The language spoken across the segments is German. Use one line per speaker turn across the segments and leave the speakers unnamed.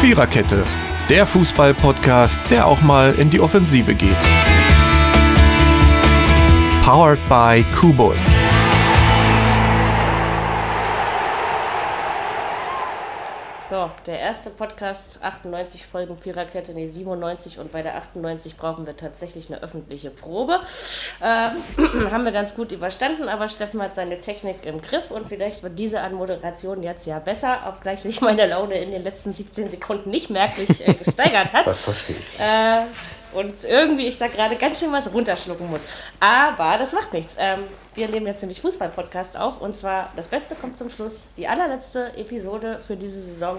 Viererkette, der Fußball-Podcast, der auch mal in die Offensive geht. Powered by Kubus.
So, der erste Podcast, 98 Folgen Viererkette, nee, 97 und bei der 98 brauchen wir tatsächlich eine öffentliche Probe. Ähm, haben wir ganz gut überstanden, aber Steffen hat seine Technik im Griff und vielleicht wird diese Anmoderation jetzt ja besser, obgleich sich meine Laune in den letzten 17 Sekunden nicht merklich äh, gesteigert hat.
Das verstehe ich.
Äh, und irgendwie ich da gerade ganz schön was runterschlucken muss. Aber das macht nichts. Ähm, wir nehmen jetzt nämlich Fußball-Podcast auf und zwar das Beste kommt zum Schluss, die allerletzte Episode für diese Saison.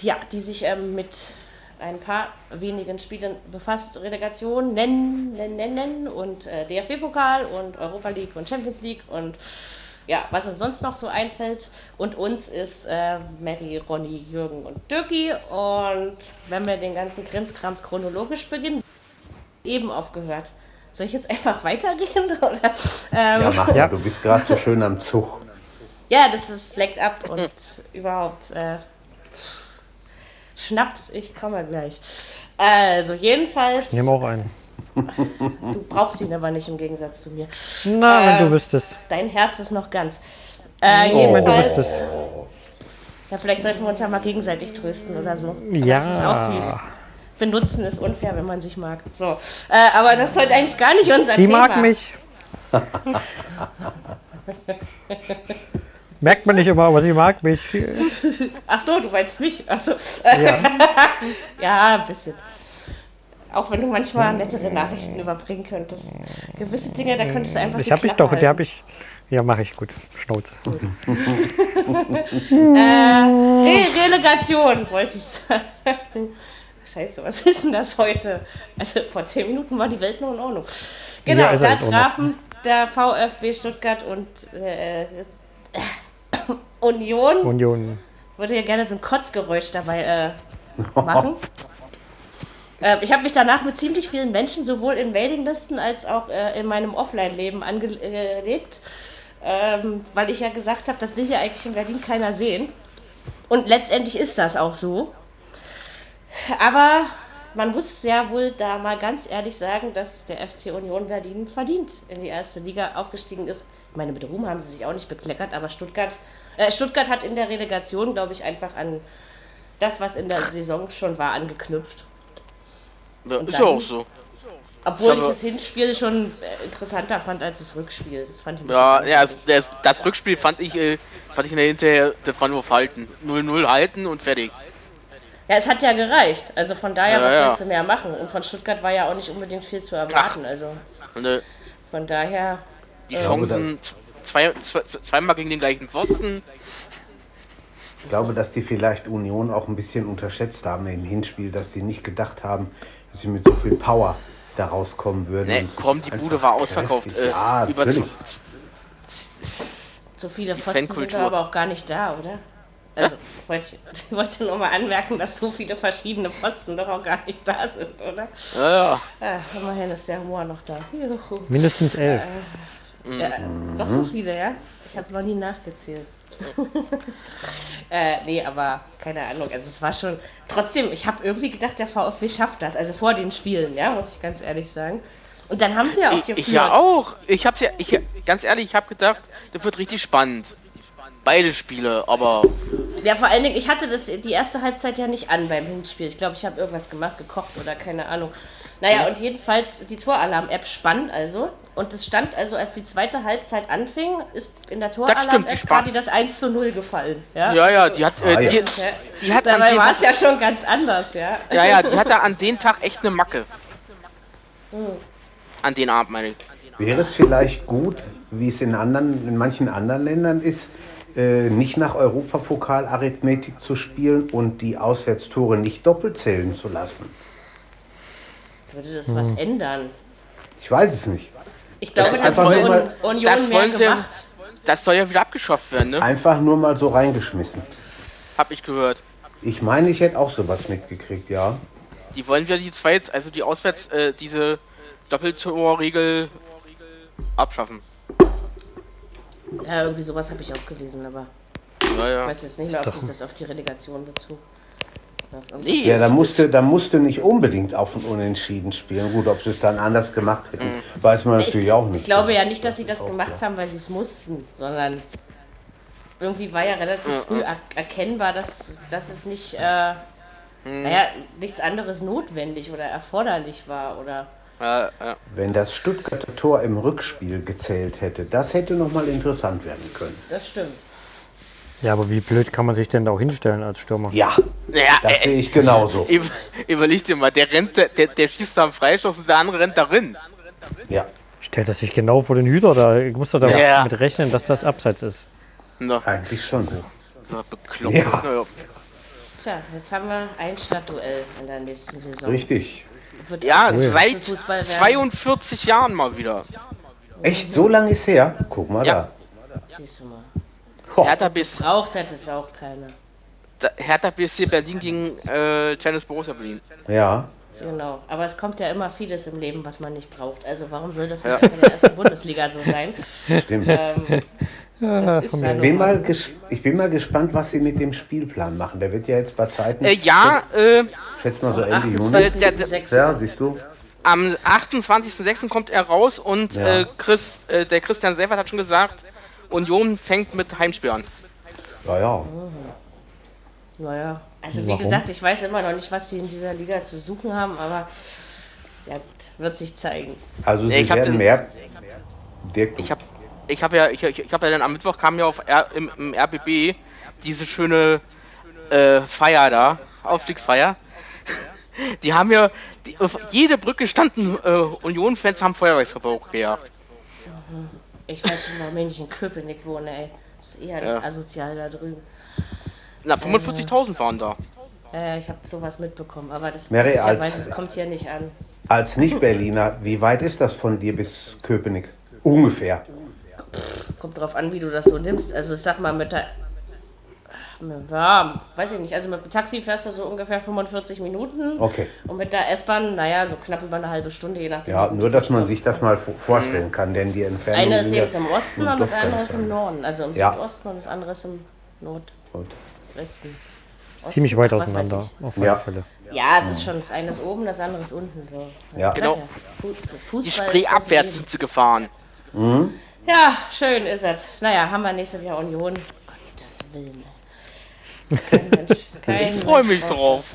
Ja, die sich ähm, mit ein paar wenigen Spielen befasst. Relegation, Nennen, Nennen, Nennen und äh, DFB-Pokal und Europa League und Champions League und ja, was uns sonst noch so einfällt. Und uns ist äh, Mary, Ronny, Jürgen und Dirki. Und wenn wir den ganzen Krimskrams chronologisch beginnen, eben aufgehört. Soll ich jetzt einfach weiterreden? Oder? Ähm,
Ja, mach ja. Du bist gerade so schön am Zug.
ja, das ist leckt ab und überhaupt äh, Schnaps, ich komme gleich. Also jedenfalls,
Nehmen auch einen.
du brauchst ihn aber nicht im Gegensatz zu mir.
Na,
Äh,
wenn du wüsstest.
Dein Herz ist noch ganz. Äh,
Wenn Oh, du
jedenfalls,
wüsstest.
ja, vielleicht sollten wir uns ja mal gegenseitig trösten oder so. Das ist auch fies.
Ja.
Benutzen ist unfair, wenn man sich mag. So, äh, aber das ist heute eigentlich gar nicht unser
Sie
Thema.
mag mich. Merkt man nicht immer, aber sie mag mich.
Ach so, du meinst mich. Ach so. Ja. ein bisschen. Auch wenn du manchmal nettere Nachrichten überbringen könntest. Gewisse Dinge, da könntest du einfach
Ich
die
habe ich
Klappe
doch,
halten.
der habe ich. Ja, mache ich gut. Schnauze. Hm.
Hey, Relegation, wollte ich sagen. Scheiße, was ist denn das heute? Also vor zehn Minuten war die Welt noch in Ordnung. Genau,
Ja, ist
da
alles in Ordnung.
trafen der VfB Stuttgart und äh, Union.
Union.
würde ja gerne so ein Kotzgeräusch dabei äh, machen. Äh, ich habe mich danach mit ziemlich vielen Menschen sowohl in Mailinglisten als auch äh, in meinem Offline-Leben angelebt, äh, erlebt. ähm, weil ich ja gesagt habe, das will hier eigentlich in Berlin keiner sehen. Und letztendlich ist das auch so. Aber man muss ja wohl da mal ganz ehrlich sagen, dass der FC Union Berlin verdient in die erste Liga aufgestiegen ist. Ich meine, mit Ruhm haben sie sich auch nicht bekleckert, aber Stuttgart, äh, Stuttgart hat in der Relegation, glaube ich, einfach an das, was in der Saison schon war, angeknüpft.
Ja, ist
dann-
ja auch so.
Obwohl
Ich
ich,
habe-
das Hinspiel schon äh, interessanter fand als das Rückspiel. Das fand ich ein
Ja,
bisschen-
ja das, das, das Rückspiel fand ich, äh, fand ich hinterher, das war nur Falten. 0-0 halten und fertig.
ja, es hat ja gereicht. Also von daher,
Ja,
was
ja.
willst du mehr machen? Und von Stuttgart war ja auch nicht unbedingt viel zu erwarten. Also
Und, äh,
von daher,
die Chancen z- zwei, zwei, zweimal gegen den gleichen Pfosten.
Ich glaube, dass die vielleicht Union auch ein bisschen unterschätzt haben im Hinspiel, dass sie nicht gedacht haben, dass sie mit so viel Power da rauskommen würden.
Ne,
Und es
komm,
ist
die
einfach
Bude war ausverkauft.
kräftig.
Äh,
ja,
über
natürlich.
z-
so viele Pfosten sind
Fankultur.
da aber auch gar nicht da, oder? Also, wollte ich wollte nur mal anmerken, dass so viele verschiedene Pfosten doch auch gar nicht da sind, oder?
Ja, ja.
Ah, immerhin ist der Humor noch da. Juhu.
Mindestens elf.
Hm.
Ja, doch so viele, ja? Ich habe noch nie nachgezählt. äh, nee, aber keine Ahnung. Also es war schon. Trotzdem, ich habe irgendwie gedacht, der VfB schafft das. Also vor den Spielen, ja, muss ich ganz ehrlich sagen. Und dann haben sie ja auch geführt.
Ich ja auch. Ich hab's ja, ich, ganz ehrlich, ich hab gedacht, das wird richtig spannend. Beide Spiele, aber
Ja, vor allen Dingen, ich hatte das die erste Halbzeit ja nicht an beim Hinspiel. Ich glaube, ich habe irgendwas gemacht, gekocht oder keine Ahnung. Naja, und jedenfalls die Toralarm-App spann also. Und es stand also, als die zweite Halbzeit anfing, ist in der
stimmt, die
Toralarm-App
spann.
gerade das 1 zu 0 gefallen. Ja,
ja, ja, die hat,
Ah,
äh, die,
ja.
die hat an
Dabei
den,
war es ja schon ganz anders, ja.
ja, ja, die hat da an den Tag echt eine Macke.
Oh.
An den Abend meine ich.
Wäre es vielleicht gut, wie es in, anderen, in manchen anderen Ländern ist, äh, nicht nach Europapokal-Arithmetik zu spielen und die Auswärtstore nicht doppelt zählen zu lassen?
Würde das was ändern?
Ich weiß es nicht.
Ich glaube,
Hm. Das
da
wollen
hätte
sie
mal-
Un Union
Das
mehr
wollen sie.
gemacht.
Das soll ja wieder abgeschafft werden, ne?
Einfach nur mal so reingeschmissen.
Hab ich gehört.
Ich meine, ich hätte auch sowas mitgekriegt, ja.
Die wollen wieder die zwei, also die Auswärts, äh, diese Doppeltorregel abschaffen.
Ja, irgendwie sowas habe ich auch gelesen, aber ich
Naja.
weiß jetzt nicht mehr, ob
Ist doch-
sich das auf die Relegation bezog. Und
Nee,
Ja, da
es-
musste, da musste nicht unbedingt auf ein Unentschieden spielen. Gut, ob sie es dann anders gemacht hätten,
Mm.
weiß man
Ich,
natürlich auch nicht.
ich glaube ja nicht, dass sie das gemacht haben, weil sie es mussten, sondern irgendwie war ja relativ früh er erkennbar, dass, dass es nicht, äh, naja, nichts anderes notwendig oder erforderlich war oder.
Ja, ja.
Wenn das Stuttgarter Tor im Rückspiel gezählt hätte, das hätte nochmal interessant werden können.
Das stimmt.
Ja, aber wie blöd kann man sich denn da auch hinstellen als Stürmer?
Ja,
Naja,
das
äh,
sehe ich genauso.
über, überleg dir mal, der rennt, der, der, der schießt da am Freischuss und der andere rennt darin.
Ja.
Stellt er sich genau vor den Hüter da. Ich muss da damit
Ja.
mit rechnen, dass das abseits ist.
Na,
Eigentlich schon.
na bekloppt.
Ja.
Na,
Tja, jetzt haben wir ein Stadtduell in der nächsten Saison.
Richtig.
Wird
Ja,
auch ein
seit
Fußball werden.
42 Jahren mal wieder.
Echt, so lange ist her? Guck mal
Ja.
Siehst du mal.
Oh.
Hertha BSC,
Braucht hätte es auch keiner.
Hertha BSC Berlin gegen äh, Tennis Borussia Berlin.
da. Ja.
Genau, aber es kommt ja immer vieles im Leben, was man nicht braucht. Also warum soll das nicht auch in der ersten Bundesliga so sein?
Stimmt.
Ähm, das ist ja
Ich bin,
nun mal
mal ges- ich bin mal gespannt, was sie mit dem Spielplan machen. Der wird ja jetzt bei Zeiten.
Äh, ja, äh,
Ich schätze mal so Ende Juni.
28.06.
Ja, siehst du?
am 28.06. kommt er raus und
Ja.
äh, Chris, äh, der Christian Seifert hat schon gesagt, Union fängt mit Heimspiel an.
Ja, ja.
Naja, also wie
Warum?
gesagt, ich weiß immer noch nicht, was die in dieser Liga zu suchen haben, aber ja, gut, wird sich zeigen.
Also, sie
Ich hab
werden
den-
mehr. Dirk, du.
Ich habe ich hab ja, ich, ich, ich hab ja dann am Mittwoch kam ja auf R, im, im RBB diese schöne äh, Feier da, Aufstiegsfeier. Die haben ja, die, auf jede Brücke standen äh, Union-Fans, haben Feuerwerkskörper hochgejagt.
Ich weiß nicht, warum ich nicht in Köpenick wohne, ey. Das ist eher das
Ja.
Asozial da drüben.
Na, 45.000 waren da.
Äh, ich habe sowas mitbekommen, aber das
Mehr real
möglicherweise,
als-
das kommt hier nicht an.
Als Nicht-Berliner, wie weit ist das von dir bis Köpenick? Ungefähr.
Kommt drauf an, wie du das so nimmst. Also ich sag mal, mit der. Ja, weiß ich nicht. Also mit dem Taxi fährst du so ungefähr 45 Minuten.
Okay.
Und mit der S-Bahn, naja, so knapp über eine halbe Stunde, je nachdem.
Ja,
wo du
nur dass man
kommst.
sich das mal vo- vorstellen kann, denn die
Das
Entfernung.
eine ist
sind ja-
eben im Osten und das andere ist im Norden. Also im
Ja.
Südosten und das andere ist im Nordwesten.
Gut.
Osten,
Ziemlich weit
ach, was
auseinander,
weiß
auf alle
Ja.
Fälle.
ich. Ja, es ist schon, das eine ist oben, das andere ist unten. So.
Ja.
Ich sag
Genau.
Fu- für Fußball
Die
ist
Spree
das
abwärts
Leben.
sind sie gefahren.
Ja, schön ist es. Naja, haben wir nächstes Jahr Union. Gottes Willen. Kein Mensch. Kein
Ich freue
Mensch
mich
braucht-
drauf.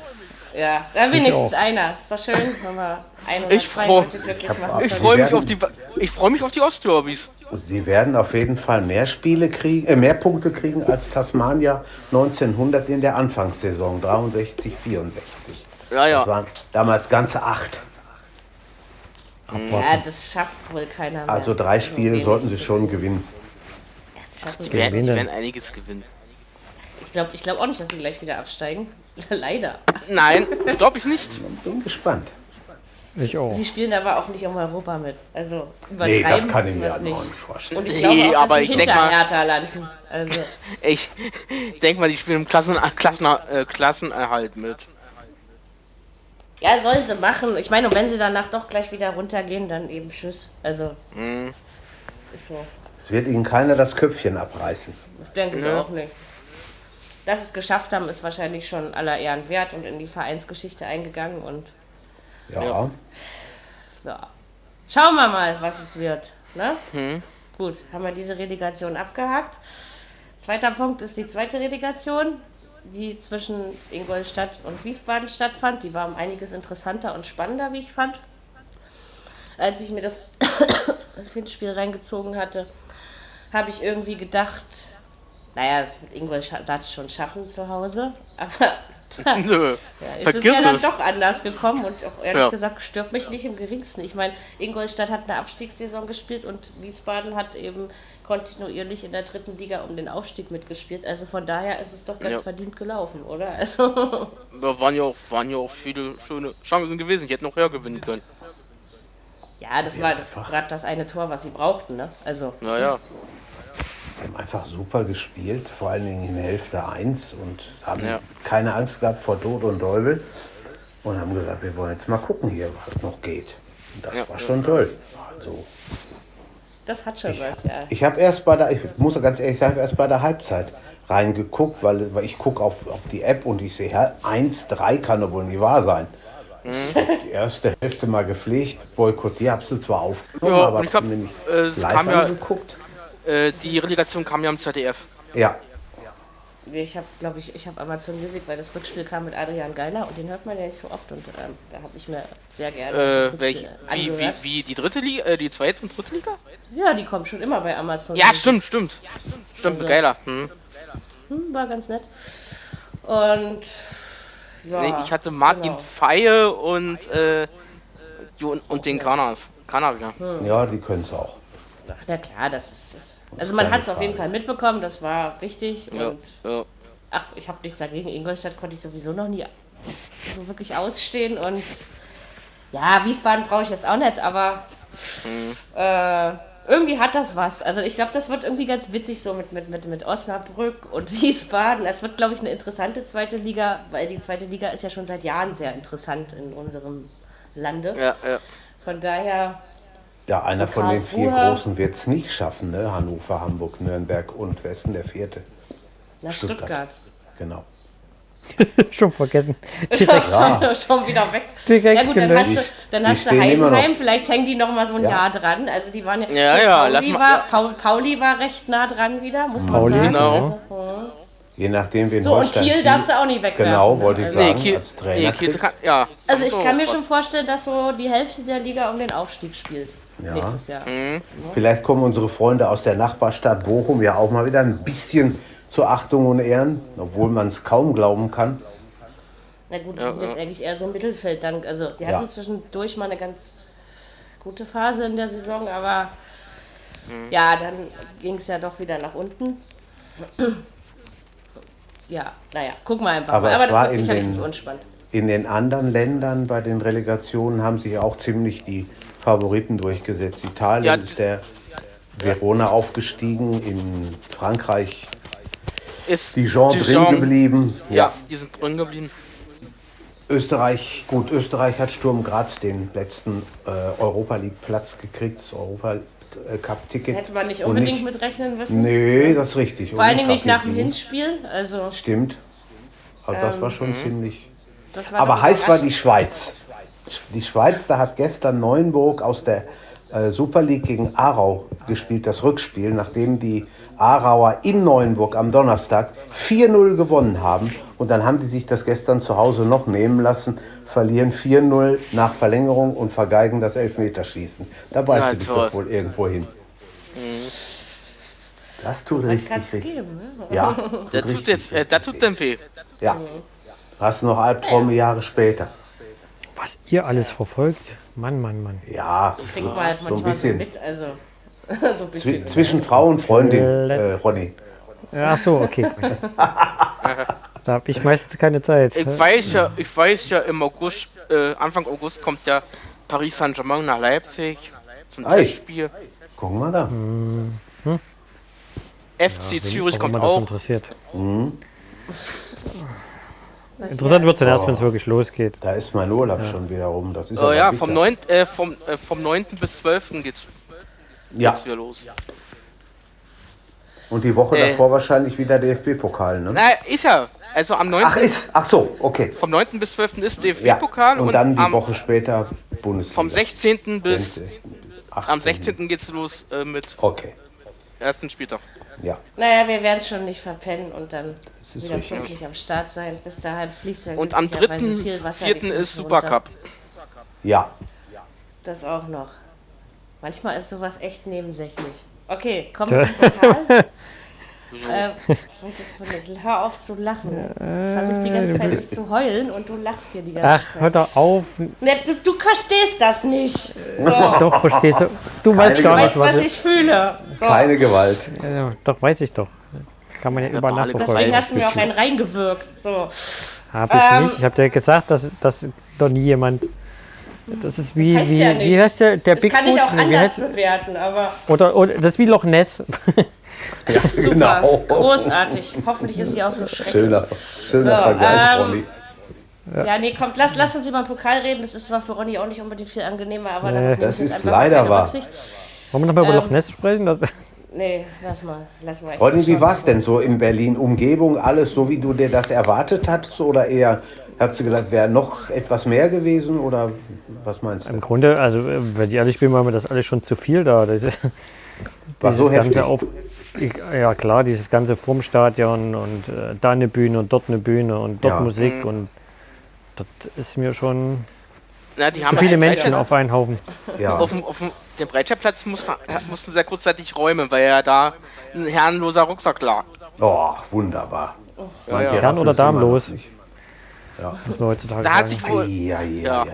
Ja, da wenigstens
auch.
einer. Ist doch schön, wenn wir ein oder
Ich
zwei
freu-
Leute glücklich machen
auch-
Ich
Sie
können.
freue mich
werden-
auf die, ich freue mich auf die Ostderbys.
Sie werden auf jeden Fall mehr Spiele kriegen, äh, mehr Punkte kriegen als Tasmania 1900 in der Anfangssaison 63, 64.
Ja,
Das
ja.
waren damals ganze acht.
Ja, das schafft wohl keiner mehr.
Also drei Spiele
wenig
sollten sie
zu-
schon gewinnen.
Ja, das schaffen
Die
sie.
werden, die
wen denn?
werden einiges gewinnen.
Ich glaube ich glaub auch nicht, dass sie gleich wieder absteigen. Leider.
Nein, das glaube ich nicht.
Bin gespannt.
Ich auch.
Sie spielen aber auch nicht um Europa mit. Also
Nee,
übertreiben
das kann ich
müssen
mir
wir es
ja
nicht.
noch nicht
Und
vorstellen.
ich
Nee,
glaube auch,
aber
dass
ich
sie
denk
hinter
mal-
Hertha landen. Also,
Ich denke mal, die spielen im Klassen, Klassen, äh, Klassenerhalt mit.
ja, sollen sie machen. Ich meine, und wenn sie danach doch gleich wieder runtergehen, dann eben tschüss. Also,
Mhm.
ist so.
Es wird ihnen keiner das Köpfchen abreißen.
Das denke ich
Ja.
auch nicht. Dass sie es geschafft haben, ist wahrscheinlich schon aller Ehren wert und in die Vereinsgeschichte eingegangen. Und
Ja.
Ja.
ja, schauen wir mal, was es wird. Ne? Gut, haben wir diese Relegation abgehakt. Zweiter Punkt ist die zweite Relegation, die zwischen Ingolstadt und Wiesbaden stattfand. Die war um einiges interessanter und spannender, wie ich fand, als ich mir das, das Hinspiel reingezogen hatte. Habe ich irgendwie gedacht, naja, das wird Ingolstadt schon schaffen zu Hause. Aber
Nö.
ist
Vergiss
es ja dann
es.
doch anders gekommen und auch ehrlich
Ja.
gesagt stört mich nicht im geringsten. Ich meine, Ingolstadt hat eine Abstiegssaison gespielt und Wiesbaden hat eben kontinuierlich in der dritten Liga um den Aufstieg mitgespielt. Also von daher ist es doch ganz
Ja.
verdient gelaufen, oder? Also
Da waren ja auch, waren ja auch viele schöne Chancen gewesen. Ich hätte noch höher gewinnen können.
ja, das war das gerade das eine Tor, was sie brauchten, ne? Also
Naja.
Die haben einfach super gespielt, vor allen Dingen in der Hälfte 1 und haben
Ja.
keine Angst gehabt vor Tod und Däubel und haben gesagt, wir wollen jetzt mal gucken hier, was noch geht. Und das
Ja.
war schon toll. Also,
Das hat schon was, ja.
Ich habe erst bei der, ich muss ganz ehrlich sagen, ich hab erst bei der Halbzeit reingeguckt, weil, weil ich gucke auf, auf die App und ich sehe, ja, 1-3 kann doch wohl nicht wahr sein.
Mhm.
Die erste Hälfte mal gepflegt, boykottiert, hab's du zwar aufgenommen,
Ja,
aber
und ich hab,
hab's mir nicht
äh, es
live
kam ja-
angeguckt.
Äh, die Relegation kam ja am ZDF.
Ja,
Nee, Ich habe, glaube ich, ich habe Amazon Music, weil das Rückspiel kam mit Adrian Geiler und den hört man ja nicht so oft und ähm, da habe ich mir sehr gerne
Äh,
das
welch,
Rückspiel
wie, wie,
angehört.
wie die dritte Liga, äh, die zweite und dritte Liga?
Ja, die kommen schon immer bei Amazon.
Ja,
Music.
stimmt, stimmt. Stimmt,
Also,
geiler. Hm.
Hm, war ganz nett. Und ja,
Nee, ich hatte Martin
genau.
Feie und, äh, Jo- und, und den Kanars. Kanadier.
ja, die können's auch.
Ach, na klar, das ist. Das, also man hat es auf jeden Fall mitbekommen, das war wichtig.
Ja,
Und
ja.
ach, ich habe nichts dagegen. Ingolstadt konnte ich sowieso noch nie so wirklich ausstehen. Und ja, Wiesbaden brauche ich jetzt auch nicht, aber
Mhm.
äh, irgendwie hat das was. Also ich glaube, das wird irgendwie ganz witzig so mit, mit, mit, mit Osnabrück und Wiesbaden. Es wird, glaube ich, eine interessante zweite Liga, weil die zweite Liga ist ja schon seit Jahren sehr interessant in unserem Lande.
ja, ja.
Von daher,
Ja, einer
Und
von den vier
Karlsruhe.
Großen wird's nicht schaffen, ne? Hannover, Hamburg, Nürnberg und wer ist denn der vierte?
nach
Stuttgart.
Stuttgart.
Genau.
Schon vergessen.
Ah.
schon, schon wieder weg.
Direkt
ja gut, dann
gelöscht.
hast du, dann
Die
hast du
stehen immer
Heidenheim,
noch.
vielleicht hängen die noch mal so ein
Ja.
Jahr dran. Also die waren ja,
Ja, ja, lass
Pauli,
mal-
war,
ja.
Paul, Pauli war recht nah dran wieder, muss
Pauli,
man sagen.
genau.
Also, hm.
Je nachdem, wen
So, und
Holstein
Kiel darfst du auch nicht wegwerfen.
Genau, wollte ich
Also-
Nee,
sagen,
Kiel,
als Trainer
nee, Kiel
kriegt-
kann, ja.
Also ich
So,
kann mir
was-
schon vorstellen, dass so die Hälfte der Liga um den Aufstieg spielt.
Ja.
Nächstes Jahr.
Vielleicht kommen unsere Freunde aus der Nachbarstadt Bochum ja auch mal wieder ein bisschen zur Achtung und Ehren, obwohl man es kaum glauben kann.
Na gut, die sind jetzt eigentlich eher so im Mittelfeld. Dann, also die
Ja.
hatten zwischendurch mal eine ganz gute Phase in der Saison, aber ja, dann ging es ja doch wieder nach unten. Ja, naja, guck mal einfach. mal.
Aber es
aber das
war
wird
in
sicherlich
den-
nicht unspannend.
In den anderen Ländern bei den Relegationen haben sich auch ziemlich die Favoriten durchgesetzt. Italien
Ja,
ist der Verona aufgestiegen, in Frankreich
Ist
Dijon,
Dijon-
drin geblieben.
Ja, die sind drin geblieben.
Österreich, gut, Österreich hat Sturm Graz den letzten äh, Europa League Platz gekriegt, das Europa äh, Cup Ticket.
Hätte man nicht
Und
unbedingt mit rechnen müssen.
Nö, das ist richtig.
Vor allen Dingen nicht nach dem
Hinspiel.
Hinspiel. Also
Stimmt. Also das
Ähm,
war
mhm.
schon ziemlich.
das war
Aber
doch
heiß war die
überraschend.
Schweiz. Die Schweiz, da hat gestern Neuenburg aus der äh, Super League gegen Aarau gespielt, das Rückspiel, nachdem die Aarauer in Neuenburg am Donnerstag 4-0 gewonnen haben. Und dann haben die sich das gestern zu Hause noch nehmen lassen, verlieren 4-0 nach Verlängerung und vergeigen das Elfmeterschießen. Da beißt
Na
du dich
toll. Mhm.
doch wohl irgendwo hin. Das tut richtig
Kann's
weh.
geben. Ne?
Ja,
Der tut
richtig
jetzt, äh, der tut dann weh.
ja. Hast noch Albträume Jahre später.
Was ihr alles verfolgt. Mann, Mann, Mann.
Ja,
Kriegt man halt
so ein
manchmal so,
bisschen.
mit. Also so ein
Zwi
bisschen.
zwischen Frau und Freundin, äh, Ronny.
Ach so, okay. gut. da habe ich meistens keine Zeit.
Ich weiß ja, ich weiß ja, im August, äh, Anfang August kommt ja Paris Saint-Germain nach Leipzig zum
Ei.
Testspiel.
Guck mal da.
FC Zürich
Warum
kommt
man das
auch.
interessiert. Interessant wird es dann erst, wenn es wirklich losgeht.
Da ist mein Urlaub schon wieder rum. Das ist
Äh,
aber
ja,
bitter.
vom 9., äh, vom, äh, vom 9. bis 12. geht's,
Ja,
geht's wieder los.
und die Woche
Äh.
davor wahrscheinlich wieder DFB-Pokal, ne?
Na, ist ja. Also am 9.
Ach, ist. Ach so, okay.
vom 9. bis 12. ist
Ja.
DFB-Pokal
und dann die
am,
Woche später Bundesliga.
vom 16. bis
18.
am 16. geht's los äh, mit
Okay,
ersten Spieltag.
ja.
Naja, wir werden es schon nicht verpennen und dann
ist
wieder
richtig.
pünktlich am Start sein. Bis halt dahin fließt ja
Und am
glücklicherweise
3.
viel Wasser die
4. ist
Flüsse runter.
Supercup.
Ja,
Das auch noch. Manchmal ist sowas echt nebensächlich. Okay, kommen wir zum Pokal. ähm, ich weiß nicht, hör auf zu lachen. Ich versuche die ganze Zeit nicht zu heulen und du lachst hier die ganze
äh, Ach,
Zeit.
hör doch auf.
Ne, du, du verstehst das nicht. So.
Doch, verstehst du. Du weißt gar
Du
Gewalt.
nicht,
weißt,
was
was
ist.
ich fühle. So.
keine Gewalt.
Ja, doch, weiß ich doch. Kann man ja überall
Verbale
Deswegen
nachverfolgen.
Gewalt.
hast du mir auch einen reingewirkt. So.
Hab ich
Ähm,
nicht. Ich habe dir gesagt, dass, dass doch nie jemand. Das ist wie,
heißt
wie,
ja
wie
nichts.
heißt der, der
Das kann ich auch
Bigfoot? Wie
anders
heißt,
bewerten, aber.
oder, oder, das ist wie Loch Ness.
Super,
Genau.
großartig. Hoffentlich ist sie auch so schrecklich.
Schöner, schöner
So,
Vergleich,
ähm,
Ronny.
Ja, nee, kommt, lass, lass uns über den Pokal reden. Das ist zwar für Ronny auch nicht unbedingt viel angenehmer, aber darauf nehme
das
ich jetzt
ist
einfach
leider
keine
wahr.
Rücksicht.
Wollen wir nochmal über
Ähm.
Loch Ness sprechen? Das,
Nee, lass mal. Lass mal.
Ronny, wie war es denn so in Berlin? Umgebung, alles so, wie du dir das erwartet hattest? Oder eher, hast du gedacht, wäre noch etwas mehr gewesen? Oder was meinst du?
Im Grunde, also äh, wenn ich ehrlich bin, war mir das alles schon zu viel da. Das,
War so heftig.
ganze Auf ich, ja klar, dieses ganze vorm Stadion und äh, da eine Bühne und dort eine Bühne und dort
Ja.
Mhm.
Musik und das ist mir schon
Na, die
zu
haben
viele
einen
Menschen
Breitscheid-
auf einen Haufen.
Ja.
Auf dem, auf dem, der Breitscheidplatz mussten, mussten sehr kurzzeitig räumen, weil ja da ein herrenloser Rucksack lag.
Oh, wunderbar.
Ja, ja.
Herren- oder damenlos?
Ja.
Muss man heutzutage
Da hat
sagen.
sich
Ja,
wohl.
ja, ja,
Ja.
ja.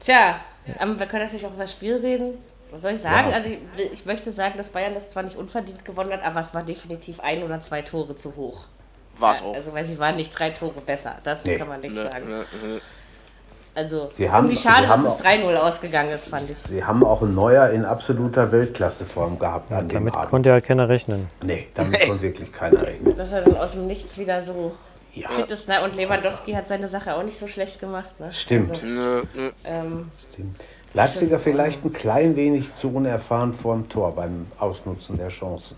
Tja, ähm, wir können natürlich auch über das Spiel reden. Was soll ich sagen?
Ja.
Also ich, ich möchte sagen, dass Bayern das zwar nicht unverdient gewonnen hat, aber es war definitiv ein oder zwei Tore zu hoch.
War's auch.
Also weil sie waren nicht drei Tore besser. Das
Nee.
kann man nicht
Ne,
sagen.
ne, ne.
Also
Sie
es ist
haben-
irgendwie schade,
sie haben
dass es
auch-
3-0 ausgegangen ist, fand ich.
Sie haben auch einen Neuer in absoluter Weltklasseform gehabt an dem
Damit
Abend.
konnte ja keiner rechnen.
nee, damit konnte wirklich keiner rechnen.
Dass er dann aus dem Nichts wieder so
Ja,
fit ist. Ne? Und Lewandowski hat seine Sache auch nicht so schlecht gemacht. Ne?
Stimmt.
Also,
Ne, ne.
ähm,
stimmt. Leipziger vielleicht ein klein wenig zu unerfahren vorm Tor beim Ausnutzen der Chancen.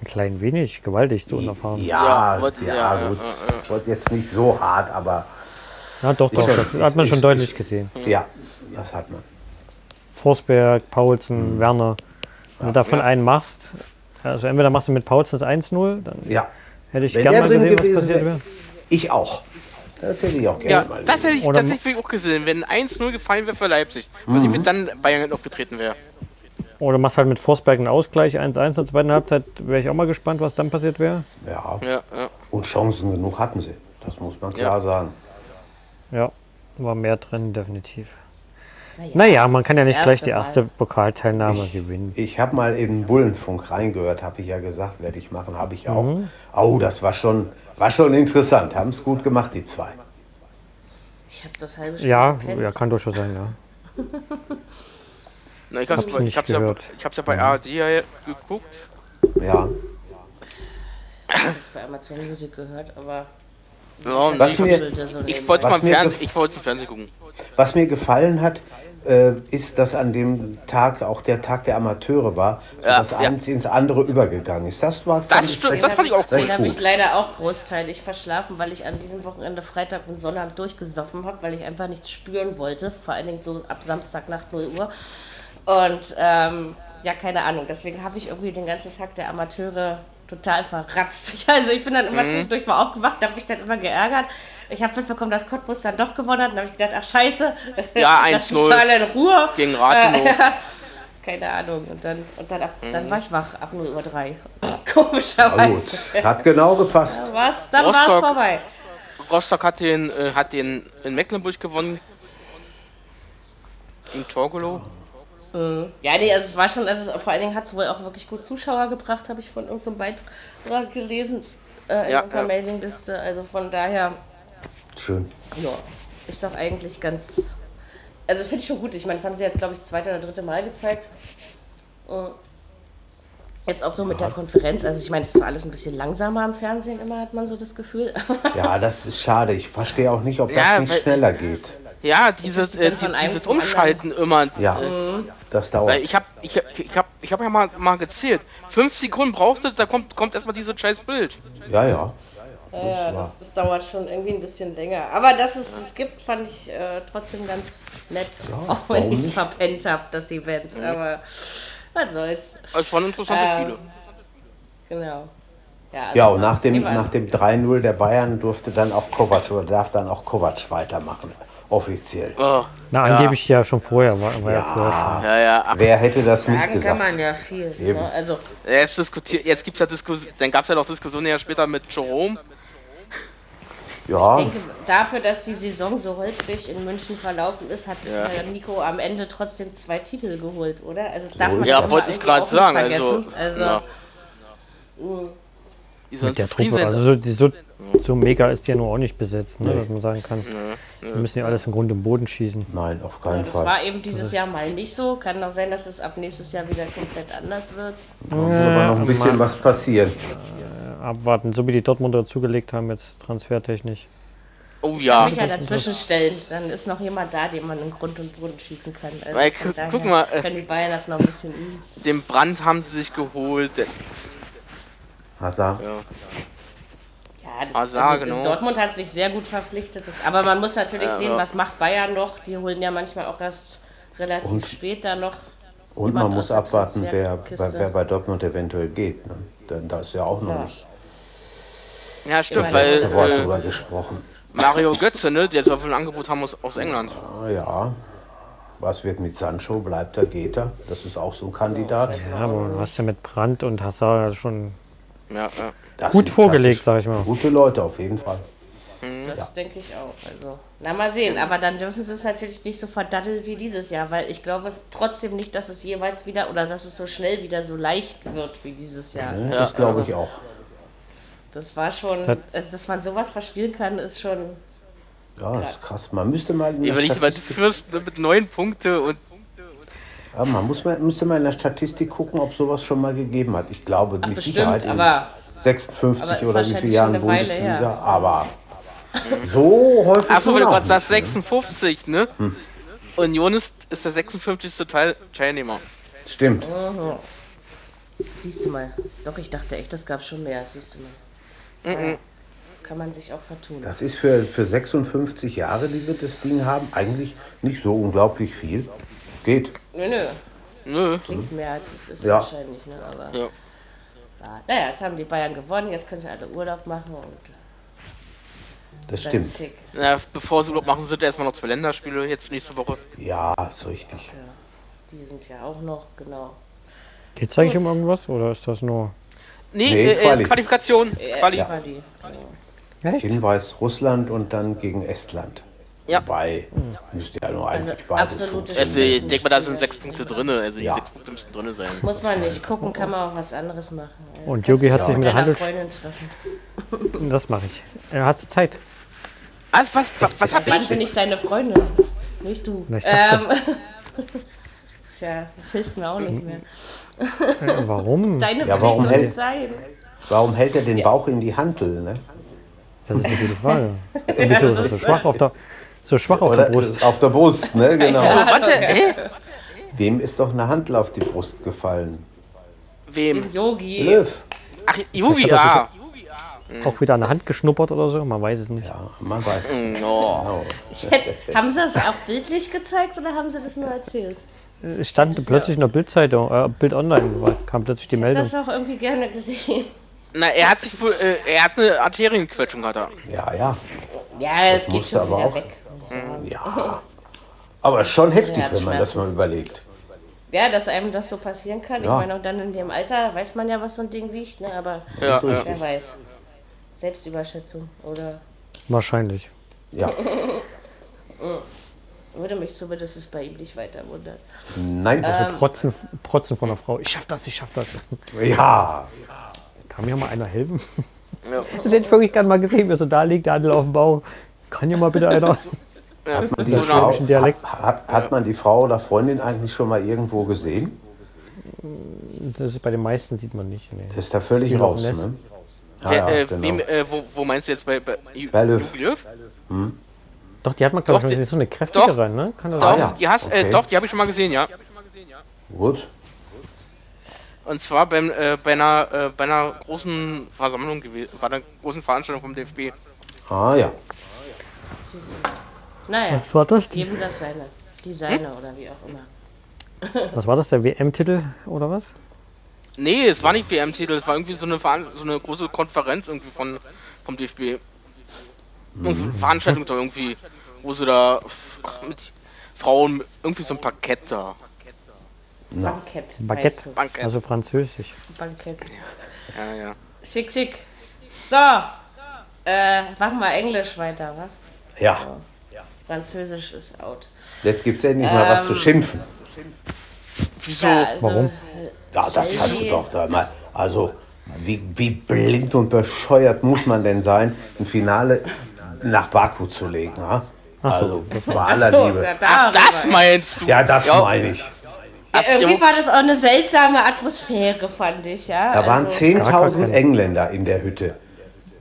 Ein klein wenig, gewaltig zu unerfahren. Ja,
Ja, ja,
Ja, wollte- ja, ja,
gut.
ja,
Wollte jetzt nicht so hart, aber
doch, doch,
Ich-
das hat man
ich-
schon
ich-
deutlich gesehen.
Hm.
ja, das hat man.
Forsberg, Paulsen,
Mhm.
Werner. Wenn du davon einen machst, also entweder machst du mit Paulsen das 1-0, dann
Ja,
hätte ich
Wenn
gerne
der
mal
drin
gesehen, was
gewesen
passiert
wäre.
wäre.
ich auch. Das hätte ich auch gerne
Ja,
mal.
das hätte ich
Oder-
tatsächlich auch gesehen, wenn 1-0 gefallen wäre für Leipzig. Was ich mit dann Bayern aufgetreten wäre.
Oder machst halt mit Forsberg einen Ausgleich 1-1 zur zweiten Halbzeit, wäre ich auch mal gespannt, was dann passiert wäre.
ja,
Ja, ja.
und Chancen genug hatten sie. Das muss man klar
Ja.
sagen.
Ja, war mehr drin, definitiv.
Naja.
Naja, man kann ja
Das
nicht gleich die
erste
erste Pokalteilnahme gewinnen.
Ich habe mal in Bullenfunk reingehört, habe ich ja gesagt, werde ich machen, habe ich auch.
Mhm.
Oh, das war schon, war schon interessant. Haben es gut gemacht, die zwei.
ich habe das halbe Spiel
Ja,
gepennt.
ja, kann durchaus sein, ja.
Na, ich, hab's,
Hab's
bei-
nicht
ich, hab's ja,
gehört.
ich hab's ja bei ARD ja geguckt.
Ja.
Ich habe bei Amazon Music gehört, aber
Ja, und
Was
ich
mir-
Schulter so
ich
nehmen.
wollte
Was
mal im
mir
Fernsehen,
gef-
ich wollte im Fernsehen gucken.
Was mir gefallen hat, äh, ist, dass an dem Tag auch der Tag der Amateure war,
Ja,
dass
ja.
eins ins andere übergegangen ist. Das war fand ich
stimmt,
echt-
das fand ich auch
Den
cool.
habe ich
Gut.
leider auch großteilig verschlafen, weil ich an diesem Wochenende Freitag und Sonntag durchgesoffen habe, weil ich einfach nichts spüren wollte. Vor allen Dingen so ab Samstag nach 0 Uhr. Und ähm, ja, keine Ahnung. Deswegen habe ich irgendwie den ganzen Tag der Amateure total verratzt. Ich- Also ich bin dann
Mhm.
immer zwischendurch mal aufgewacht, habe mich dann immer geärgert. Ich habe mitbekommen, dass Cottbus dann doch gewonnen hat. Dann habe ich gedacht, ach scheiße,
Ja,
lass mich
1-0
mal in Ruhe.
Gegen
Äh,
Rathenow.
Keine Ahnung. Und dann, und dann, ab,
Mhm.
dann war ich wach ab 0 Uhr 3.
Ah,
Komischerweise.
gut. Hat genau gepasst.
Was? Dann
Rostock.
war es vorbei.
Rostock hat den, äh, hat den in Mecklenburg gewonnen. Gegen Torgolo.
Ja, nee, also es war schon, also es, vor allen Dingen hat es wohl auch wirklich gut Zuschauer gebracht, habe ich von irgendeinem Beitrag gelesen äh, in
Ja,
irgendeiner
ja.
Mailingliste. Also von daher,
Schön.
ja, ist doch eigentlich ganz. Also finde ich schon gut. Ich meine, das haben sie jetzt, glaube ich, das zweite oder dritte Mal gezeigt. Äh, Jetzt auch so mit der Konferenz. Also ich meine, es war alles ein bisschen langsamer im Fernsehen immer, hat man so das Gefühl.
Ja, das ist schade. Ich verstehe auch nicht, ob das
Ja,
nicht
weil-
schneller geht.
Ja, dieses,
denn
äh, die,
von einem
dieses
zum
Umschalten immer.
Ja,
Äh,
das dauert.
weil ich hab, ich, ich hab, ich hab ja mal, mal gezählt. Fünf Sekunden brauchte, da kommt, kommt erstmal dieses scheiß Bild.
Ja, ja.
Ja, das, das dauert schon irgendwie ein bisschen länger. Aber dass es es gibt, fand ich äh, trotzdem ganz nett. auch wenn
warum
ich es
nicht? Mhm.
verpennt habe, das Event. Aber was soll's.
Das waren Äh, interessante
Ähm,
Spiele.
Genau. also
Ja, und nach dem,
immer-
nach dem 3-0 der Bayern durfte dann auch Kovac oder darf dann auch Kovac weitermachen, offiziell.
Oh,
Na,
ja.
angeblich ja schon vorher, war, war ja, vorher schon.
Ja, ja, ach,
Wer hätte das nicht
Sagen kann
gesagt?
man ja viel.
Eben.
Ne? Also,
jetzt diskutiert, jetzt gibt's ja Diskussion, dann gab's ja noch Diskussionen ja später mit Jerome.
Ja,
ich denke, dafür, dass die Saison so holprig in München verlaufen ist, hat
Ja.
äh, Nico am Ende trotzdem zwei Titel geholt, oder? Also, das darf
ist
man
es.
Ja,
immer
wollte ich
irgendwie
gerade
auch nicht
sagen. Also,
vergessen. also uh.
ja. Die sollen
Mit der
zufrieden
Truppe.
sein.
Also so, die, so, so mega ist die ja nur auch nicht besetzt, ne, dass man sagen kann. Wir müssen ja alles im Grunde im Boden schießen.
nein, auf
Ja,
keinen
Das
Fall.
war eben dieses Jahr mal nicht so. Kann auch sein, dass es ab nächstes Jahr wieder komplett anders wird.
Da muss aber noch ein bisschen was passieren.
Abwarten, so wie die Dortmunder zugelegt haben jetzt transfertechnisch.
Oh
Ja.
ja.
Mich ja dazwischen stellen. Dann ist noch jemand da, den man in Grund und Boden schießen kann. Also
Ey,
von
gu-
daher
guck mal, äh.
Können die Bayern das noch ein bisschen üben?
Den Brand haben sie sich geholt.
Hazard.
Ja.
Ja, das,
Hazard,
also, das
genau.
Dortmund hat sich sehr gut verpflichtet. Das, aber man muss natürlich
Ja,
sehen,
ja.
was macht Bayern noch. Die holen ja manchmal auch erst relativ
Und-
spät dann noch.
Und
Jemand
man
aus
muss
der
abwarten, wer, wer,
Transferkiste.
wer bei Dortmund eventuell geht. Ne? Denn da ist ja auch noch
Ja.
nicht
Ja, stimmt,
Ja,
weil
das
das Wort
äh,
drüber gesprochen.
Mario Götze, ne, der soll wohl ein Angebot haben aus, aus England.
Ah, Ja. Was wird mit Sancho? Bleibt er, geht er? Das ist auch so ein Kandidat.
Ja, aber du hast ja mit Brandt und Hazard schon
Ja, ja.
Das
gut
sind
vorgelegt,
klassisch
sag ich mal.
Gute Leute auf jeden Fall.
Hm?
Das denke ich auch. Also, na mal sehen. Aber dann dürfen sie es natürlich nicht so verdaddeln wie dieses Jahr, weil ich glaube trotzdem nicht, dass es jeweils wieder oder dass es so schnell wieder so leicht wird wie dieses Jahr.
Ne?
Ja,
das glaube
also-
ich auch.
Das war schon,
Das-
also, dass man sowas verspielen kann, ist schon.
Ja, das ist krass. Man müsste mal in der
Überleg mal, du
Statistik-
führst ne, mit neun Punkte und
ja, man muss mal, müsste mal in der Statistik gucken, ob sowas schon mal gegeben hat. Ich glaube,
Ach,
mit
bestimmt,
Sicherheit in
aber
56
aber ist
oder wie
wahrscheinlich
viele
schon
Jahren
eine Weile
Bundesliga.
her.
Aber so Hm. häufig.
Achso,
nun
weil du
auch
gerade sagst,
nicht,
56, ne? Union ist, ist der 56. Teil Teilnehmer.
ne? Stimmt.
Siehst du mal. Doch, ich dachte echt, das gab schon mehr. Siehst du mal. Ja. Kann man sich auch vertun.
Das ist für, für 56 Jahre, die wir das Ding haben, eigentlich nicht so unglaublich viel. Es geht.
Nö, nö.
Nö.
Klingt mehr als es ist
Ja.
wahrscheinlich, ne? Aber.
Ja.
Ja. Naja, jetzt haben die Bayern gewonnen, jetzt können sie alle Urlaub machen und
Das
dann ist
stimmt.
schick.
Na, bevor sie Urlaub machen, sind erstmal noch zwei Länderspiele jetzt nächste Woche.
Ja, ist richtig.
Die sind ja auch noch, genau.
Geht es eigentlich um
Gut.
irgendwas oder ist das nur.
Nee,
Nee,
äh, äh,
Quali.
ist Qualifikation. Quali.
Äh, Quali.
Hinweis Russland und dann gegen Estland.
Ja.
Wobei, müsste ja nur
Also
eigentlich beide
absolute
funktionieren.
Also ich denke mal, da sind sechs Punkte drin, also die
Ja.
sechs Punkte müssten drin sein.
Muss man nicht gucken, kann man auch was anderes machen. Äh,
Und
kannst
Yogi
dich
hat
auch
sich mit der
deiner
Handels-
Freundin treffen.
Das mache ich. Äh, Hast du Zeit?
Also was, was, was hab
Wann
ich?
bin ich seine Freundin? Nicht du.
Na, ich
ähm, tja, das hilft mir auch nicht mehr.
Äh, Warum?
Deine
Ja,
will ich
warum
doch
hält-
nicht sein.
Warum hält er den Bauch in die Hantel? Ne?
Das ist eine gute Frage. Und wieso ist das so schwach auf der, so schwach auf der
Oder
Brust?
auf der Brust, ne? Genau.
So, warte, hä?
Dem ist doch eine Hantel auf die Brust gefallen.
Wem?
Yogi.
Löw.
Ach, Yubi,
Ich hab
ah.
Auch wieder an der Hand geschnuppert oder so? Man weiß es nicht.
Ja, man weiß.
Mhm.
No.
Genau.
Haben sie das auch bildlich gezeigt oder haben sie das nur erzählt?
Es stand plötzlich in der Bildzeitung, äh, Bild Online, war- kam plötzlich die
Genau.
Meldung.
Das auch irgendwie gerne gesehen.
Na, er hat sich wohl, äh, er hat eine Arterienquetschung, hat er.
Ja, ja.
Ja, das, geht
musste
schon
aber
wieder
auch.
weg.
Ja. Aber schon heftig, wenn man
Herzschmerzen.
das mal überlegt.
Ja, dass einem das so passieren kann.
Ja.
Ich meine, und dann in dem Alter weiß man ja, was so ein Ding wiegt, ne? aber
Ja,
So ist
ja.
wer weiß. Selbstüberschätzung oder
Wahrscheinlich.
Ja.
würde mich zumindest es bei ihm nicht weiter wundern.
Nein,
Ähm.
Protzen, Protzen von der Frau. Ich schaff das, ich schaff das.
ja.
Kann mir mal einer helfen?
Ja.
Das hätte ich wirklich gerne mal gesehen, wie er so da liegt, der Handel auf dem Bauch. Kann ja mal bitte einer.
ja.
Die
So
Frau,
nah.
Schwäbischen Dialekt.
Hat, hat, hat man die Frau oder Freundin eigentlich schon mal irgendwo gesehen?
Das ist bei den meisten sieht man nicht. Nee.
Das ist da völlig
Ja,
raus,
lässt-
ne? Ja,
Der,
ja,
äh,
genau.
wem, äh, wo, wo meinst du jetzt bei, bei, Ju-
Bei Löw.
Jogi Löw?
Doch, die hat man, glaube
Doch,
ich, schon
die-
so eine kräftigere,
doch,
ne? Kann das
Doch,
sein?
Ah, ja,
die hast, äh,
okay.
doch, die habe ich schon mal gesehen, ja.
Gut.
Und zwar beim, äh, bei, einer, äh, bei einer großen Versammlung gewesen, bei einer großen Veranstaltung vom DFB.
Ah ja.
Siehst du. Naja,
Was war das? denn?
jedem das seine. Die seine oder wie auch immer.
Was war das, der WM-Titel oder was?
Nee, es war nicht WM-Titel, es war irgendwie so eine, Veran so eine große Konferenz irgendwie von, vom DFB. Irgendwie
Mhm.
eine Veranstaltung da irgendwie, wo sie da ach, mit Frauen, irgendwie so ein Parkett da.
Bankett. heißt
Baguette,
es.
Bankett.
also französisch.
Bankett.
Ja, ja.
Schick, schick. So. Äh, machen wir Englisch weiter, wa?
Ja.
Französisch ist out.
Jetzt gibt es endlich mal was zu
Ähm,
schimpfen.
Wieso?
Ja, also,
Warum?
Ja, das
Chelsea-
kannst du doch da mal. Also, wie, wie blind und bescheuert muss man denn sein, ein Finale nach Baku zu legen? Ja? Also, bei aller
So,
Liebe.
da, da
Ach, das
darüber.
meinst du? Äh,
Ja, das
Ja.
meine ich.
Ja,
Das-
irgendwie
ja,
war das auch eine seltsame Atmosphäre, fand ich, ja.
Da waren
Also,
10.000
keine-
Engländer in der Hütte.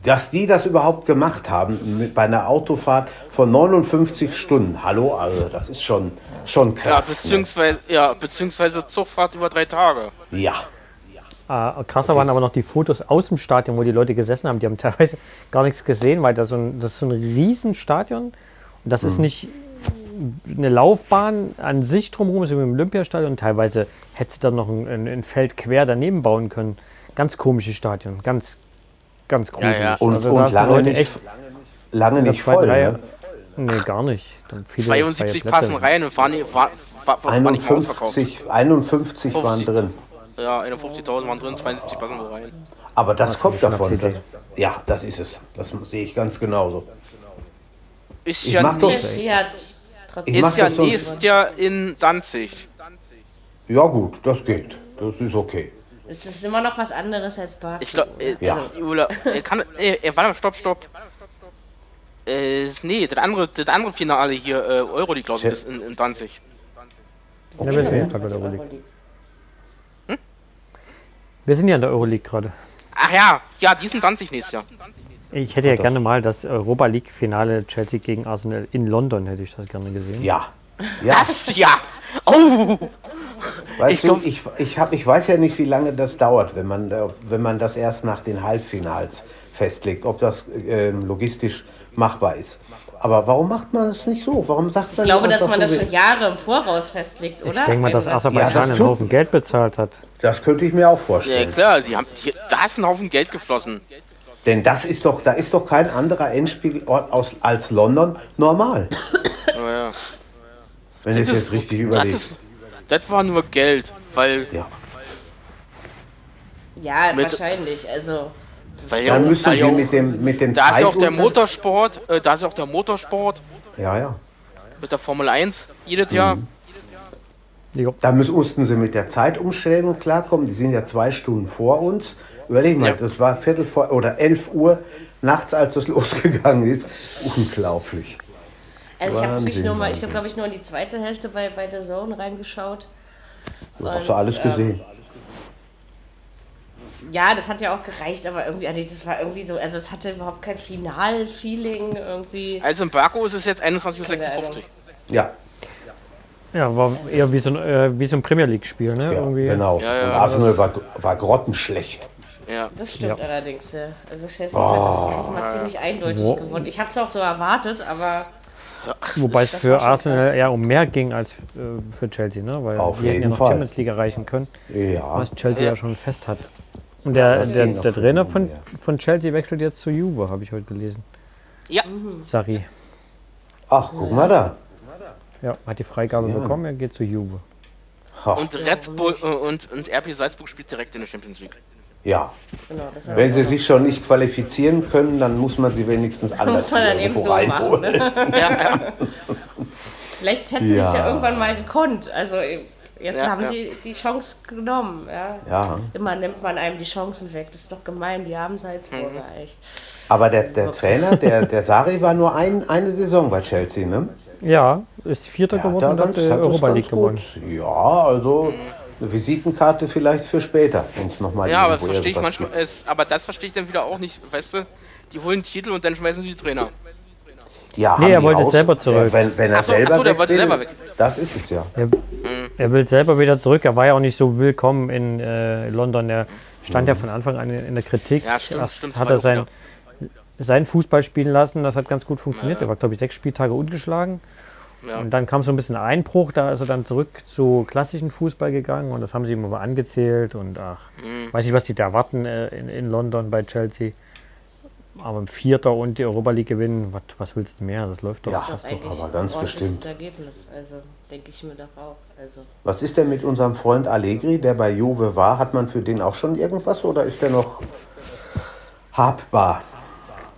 Dass die das überhaupt gemacht haben mit, bei einer Autofahrt von 59 Stunden. Hallo, also das ist schon, schon
Ja,
krass. ne?
beziehungsweise, ja, beziehungsweise Zugfahrt über drei Tage.
ja.
Äh, krasser waren aber noch die Fotos aus dem Stadion, wo die Leute gesessen haben. Die haben teilweise gar nichts gesehen, weil da so ein, das ist so ein Riesenstadion. Und das
Mhm.
ist nicht eine Laufbahn an sich drumherum, ist wie im Olympiastadion. Teilweise hättest du dann noch ein, ein, ein Feld quer daneben bauen können. Ganz komisches Stadion, ganz, ganz gruselig.
ja.
Und,
Also da
und
sind
lange
Leute
nicht,
echt-
lange nicht
zwei,
voll.
drei-
Ne?
Nee, gar nicht. Dann viele freie
72
Plätze.
passen rein und fahren, fahren, fahren, fahren nicht mehr ausverkauft.
51, 51 waren
50.
drin.
Ja, 51.000 waren drin, 72 passen wohl rein.
Aber das kommt
schon
davon.
absehbar.
Das, ja, das ist es. Das sehe ich ganz genauso.
Ist
Ich
ja,
mach doch-
nächst-
Sie hat's trotzdem.
Ich mach
ist ja
doch so-
nächstes Jahr in Danzig.
Ja gut, das geht. Das ist okay.
Es ist immer noch was anderes als Park.
Ich glaube, äh,
Ja.
also, Jule, äh, kann, äh, äh, warte mal, stopp, stopp. Äh, nee, das andere, das andere Finale hier, äh, Euroleague, glaube ich,
Tja.
ist in, in Danzig.
Ja, wir, sind ja gerade bei
Die
der Euroleague.
Euroleague.
Hm? wir sind ja in der Euroleague gerade.
Ach ja, ja, die sind Danzig nächstes Jahr.
Ich hätte ja gerne mal das Europa League-Finale Chelsea gegen Arsenal in London, hätte ich das gerne gesehen.
Ja. Ja,
Das ja! Oh!
weißt
ich
du,
glaub-
ich, ich, hab, ich weiß ja nicht, wie lange das dauert, wenn man, äh, wenn man das erst nach den Halbfinals festlegt, ob das äh, logistisch machbar ist. Aber warum macht man es nicht so? Warum sagt man
Ich glaube,
nicht
dass
einfach
man das
so,
schon
wie-
Jahre im Voraus festlegt, oder?
Ich denke mal,
Wenn
dass
das-
Ja,
Aserbaidschan
das
einen
tut-
Haufen Geld bezahlt hat.
Das könnte ich mir auch
Ja,
vorstellen.
klar, sie haben, die, da ist ein Haufen Geld geflossen.
Denn das ist doch, da ist doch kein anderer Endspielort aus, als London normal.
Ja, ja.
Wenn du es jetzt richtig überlegst.
Das, das war nur Geld, weil,
Ja.
Ja,
Mit-
wahrscheinlich. Also,
weil ja,
Dann
auch-
müssen
weil ja
wir
auch,
mit dem, mit dem
da ist ja auch der
Zeitunter-
Motorsport, äh, da ist ja auch der Motorsport
Ja, ja.
mit der Formel 1 jedes Jahr.
Jo.
Da müssen, mussten sie mit der Zeitumstellung klarkommen. Die sind ja zwei Stunden vor uns. Überleg mal,
Ja.
das war Viertel vor oder 11 Uhr nachts, als das losgegangen ist. Unglaublich.
also ich habe wirklich
Wahnsinn,
nur mal, ich
Wahnsinn.
habe glaube ich nur in die zweite Hälfte bei, bei der Zone reingeschaut.
Du hast
Und,
du alles
ähm,
gesehen.
Ja, das hat ja auch gereicht, aber irgendwie, also das war irgendwie so, also es hatte überhaupt kein Final-Feeling irgendwie.
Also in Baku ist es jetzt 21.56 Uhr.
Ja,
Ja, war eher wie so ein, äh, wie so ein Premier League-Spiel, ne?
ja
Irgendwie.
genau.
Ja, ja,
Und Arsenal war, war grottenschlecht.
Ja.
Das stimmt
Ja.
allerdings, ja. Also Chelsea hat das wirklich mal ziemlich eindeutig
Wo-
gewonnen. Ich habe es auch so erwartet, aber
Wobei es
Das
für
war schon
Arsenal eher um mehr ging als äh, für Chelsea, ne? Weil
Auf
die hätten ja
jeden
noch
Fall.
Champions League erreichen können,
Ja,
was Chelsea ja, schon fest hat. Und der,
das
der,
ging noch
der Trainer
um
von,
mehr.
von Chelsea wechselt jetzt zu Juve, habe ich heute gelesen.
Ja.
Hm.
Sarri.
ach, guck mal da.
Ja, hat die Freigabe bekommen, er geht zu Juve.
Ha,
Und Red Bull äh, und, und RB Salzburg spielt direkt in der Champions League.
ja.
genau, das
Wenn sie sich schon nicht qualifizieren können, dann muss man sie wenigstens
muss
anders
man dann eben
irgendwo
so machen.
reinholen.
Ne?
Ja, ja.
Vielleicht hätten sie es ja
Ja.
irgendwann mal gekonnt. Also jetzt
Ja,
haben
ja.
sie die Chance genommen. Ja.
Ja.
Immer nimmt man einem die Chancen weg. Das ist doch gemein. Die haben
Mhm.
Salzburger echt.
Aber der, der Trainer, der, der Sari, war nur ein, eine Saison bei Chelsea, ne?
Ja, ist Vierter geworden und hat die
das
Europa
halt ganz
League gewonnen.
gut. Ja, also eine Visitenkarte vielleicht für später, wenn es nochmal
ja aber das
irgendwo
verstehe ich
irgendwas
manchmal. Es, aber das verstehe ich dann wieder auch nicht. Weißt du, die holen Titel und dann schmeißen sie die Trainer.
gibt. Ja,
Nee,
haben
er
die
wollte
auch-
selber zurück.
Wenn, wenn er
Ach so,
selber,
ach so, der
weg
wollte
will,
selber weg.
Das ist es ja.
Er, er will selber wieder zurück. Er war ja auch nicht so willkommen in äh, London. Er stand ja von Anfang an in, in der Kritik.
Ja, stimmt,
Erst
stimmt,
Hat
war
er
doch
sein, sein Fußball spielen lassen. Das hat ganz gut funktioniert. Er war, glaube ich, sechs Spieltage ungeschlagen.
Ja.
Und dann kam so ein bisschen Einbruch. Da ist er dann zurück zu klassischen Fußball gegangen. Und das haben sie ihm aber angezählt. Und ach,
Mhm.
weiß nicht, was die da erwarten äh, in, in London bei Chelsea. Aber im Vierter und die Europa League gewinnen, was, was willst du mehr? Das läuft doch.
Ja.
Das ist doch eigentlich
aber ganz
ein ordentliches
bestimmt.
Ergebnis. Also denke ich mir doch auch. Also
Was ist denn mit unserem Freund Allegri, der bei Juve war? Hat man für den auch schon irgendwas oder ist der noch habbar?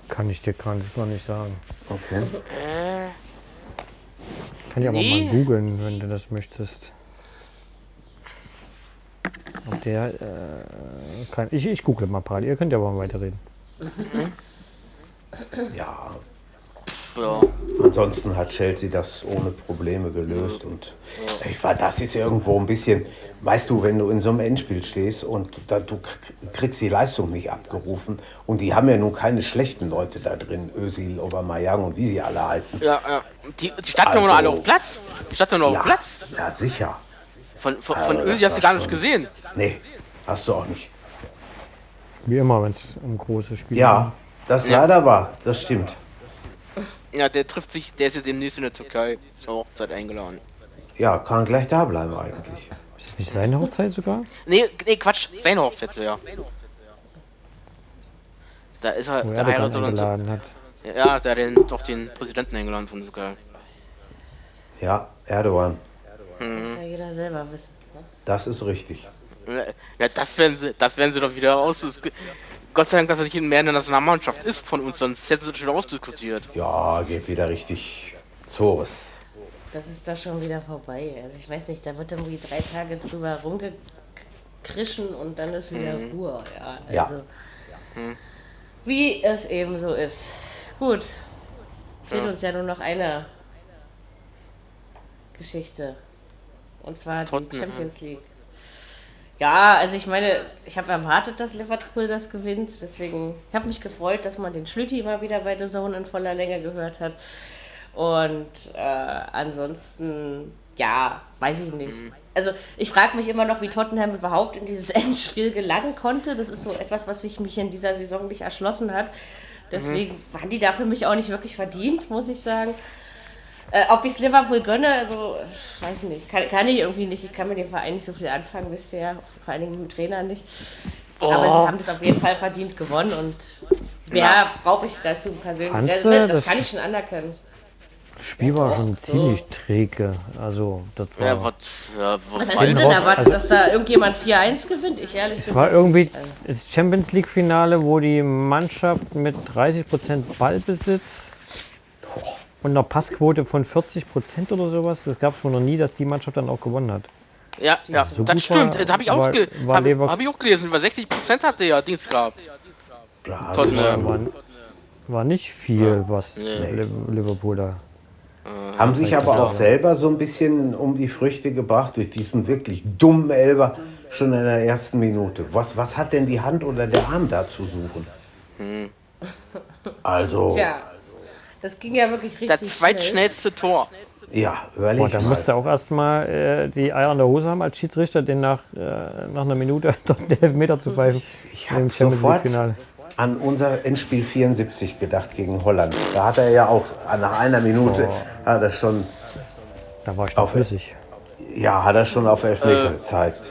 Kann ich dir gar nicht, gar nicht sagen.
Okay.
Kann ich aber
Nee.
mal googeln, wenn du das möchtest. Ob der äh, kann. Ich, ich google mal parallel, ihr könnt ja mal weiterreden.
Ja,
ja.
Ansonsten hat Chelsea das ohne Probleme gelöst und ich war, das ist irgendwo ein bisschen, weißt du, wenn du in so einem Endspiel stehst und da, du k- kriegst die Leistung nicht abgerufen und die haben ja nun keine schlechten Leute da drin, Özil, Obermeyang und wie sie alle heißen.
Ja, ja. Die, die standen also,
Also-
nur alle auf Platz. Die standen nur noch auf Platz.
ja sicher.
Von, von, von
Also,
Ösi
das
hast du
war
gar nicht
schon-
gesehen.
Nee, hast du auch nicht.
Wie immer, wenn es um große Spiele
Ja, das
Ja.
leider war, das stimmt.
Ja, der trifft sich, der ist ja demnächst in der Türkei zur Hochzeit eingeladen.
Ja, kann gleich da bleiben eigentlich.
geht. Ist das nicht seine Hochzeit sogar?
Nee, nee, Quatsch, seine Hochzeit, ja. Da ist
Oh
er,
Wo
der
Erdogan
heiratet und so.
eingeladen hat.
Ja, der hat den, doch den Präsidenten eingeladen von Türkei.
Ja, Erdogan,
Muss
Mhm.
ja jeder selber wissen. Ne?
das ist richtig.
Ja, das werden sie, das werden sie doch wieder aus. es- Gott sei Dank, dass er nicht in mehr in der Nationalmannschaft ist von uns, sonst hätten sie das schon ausdiskutiert.
Ja, geht wieder richtig Zores.
Das ist doch schon wieder vorbei. Also ich weiß nicht, da wird irgendwie drei Tage drüber rumgekrischen und dann ist wieder Ruhe. Ja,
Ja.
also wie es eben so ist. Gut, fehlt uns ja nur noch eine Geschichte. Und zwar die
Tottenham.
Champions League. Ja, also ich meine, ich habe erwartet, dass Liverpool das gewinnt. Deswegen, ich habe mich gefreut, dass man den Schlüti mal wieder bei The Zone in voller Länge gehört hat. Und äh, ansonsten, ja, weiß ich nicht. Also ich frage mich immer noch, wie Tottenham überhaupt in dieses Endspiel gelangen konnte. Das ist so etwas, was sich mich in dieser Saison nicht erschlossen hat. Deswegen
Mhm.
waren die da für mich auch nicht wirklich verdient, muss ich sagen. Äh, ob ich es Liverpool gönne, also äh, weiß nicht. Kann, kann ich irgendwie nicht. Ich kann mit dem Verein nicht so viel anfangen, wisst ihr ja. Vor allen Dingen mit dem Trainer nicht. Aber sie
Oh.
haben das auf jeden Fall verdient gewonnen und mehr brauche ich dazu persönlich.
Fandst
Das, das,
du, das-
kann ich schon anerkennen.
Das Spiel war schon
so.
ziemlich träge. Also, das war,
Ja, was, ja,
Was
was,
hast du denn
raus-
erwartet,
also-
dass da irgendjemand 4-1 gewinnt? Ich ehrlich
das war
gesagt.
irgendwie das Champions League Finale, wo die Mannschaft mit 30% Ballbesitz und einer Passquote von 40% oder sowas, das gab es wohl noch nie, dass die Mannschaft dann auch gewonnen hat.
ja, ja,
so
das
gut
stimmt.
war-
das habe ich, auch
war-
ge-
war
hab,
Lever-
hab ich auch gelesen. Über 60% hatte ja Dings gehabt.
Klar,
Tottenham.
War, war nicht viel, was Liv- Liverpool da.
Haben sich aber auch selber so ein bisschen um die Früchte gebracht durch diesen wirklich dummen Elber schon in der ersten Minute. Was, was hat denn die Hand oder der Arm da zu suchen? Also,
Tja, das ging ja wirklich richtig.
Das
schnell.
zweitschnellste Tor.
ja, überleg
Boah, da
mal.
musste auch erstmal äh, die Eier in der Hose haben als Schiedsrichter, den nach, äh, nach einer Minute doch den Elfmeter zu pfeifen.
Ich
im
habe
Champions
sofort
League-Finale.
an unser Endspiel 74 gedacht gegen Holland. Da hat er ja auch nach einer Minute
Oh.
hat er schon,
Da war ich doch
Auf-
flüssig.
ja, hat er schon auf
Äh.
Elfmeter gezeigt.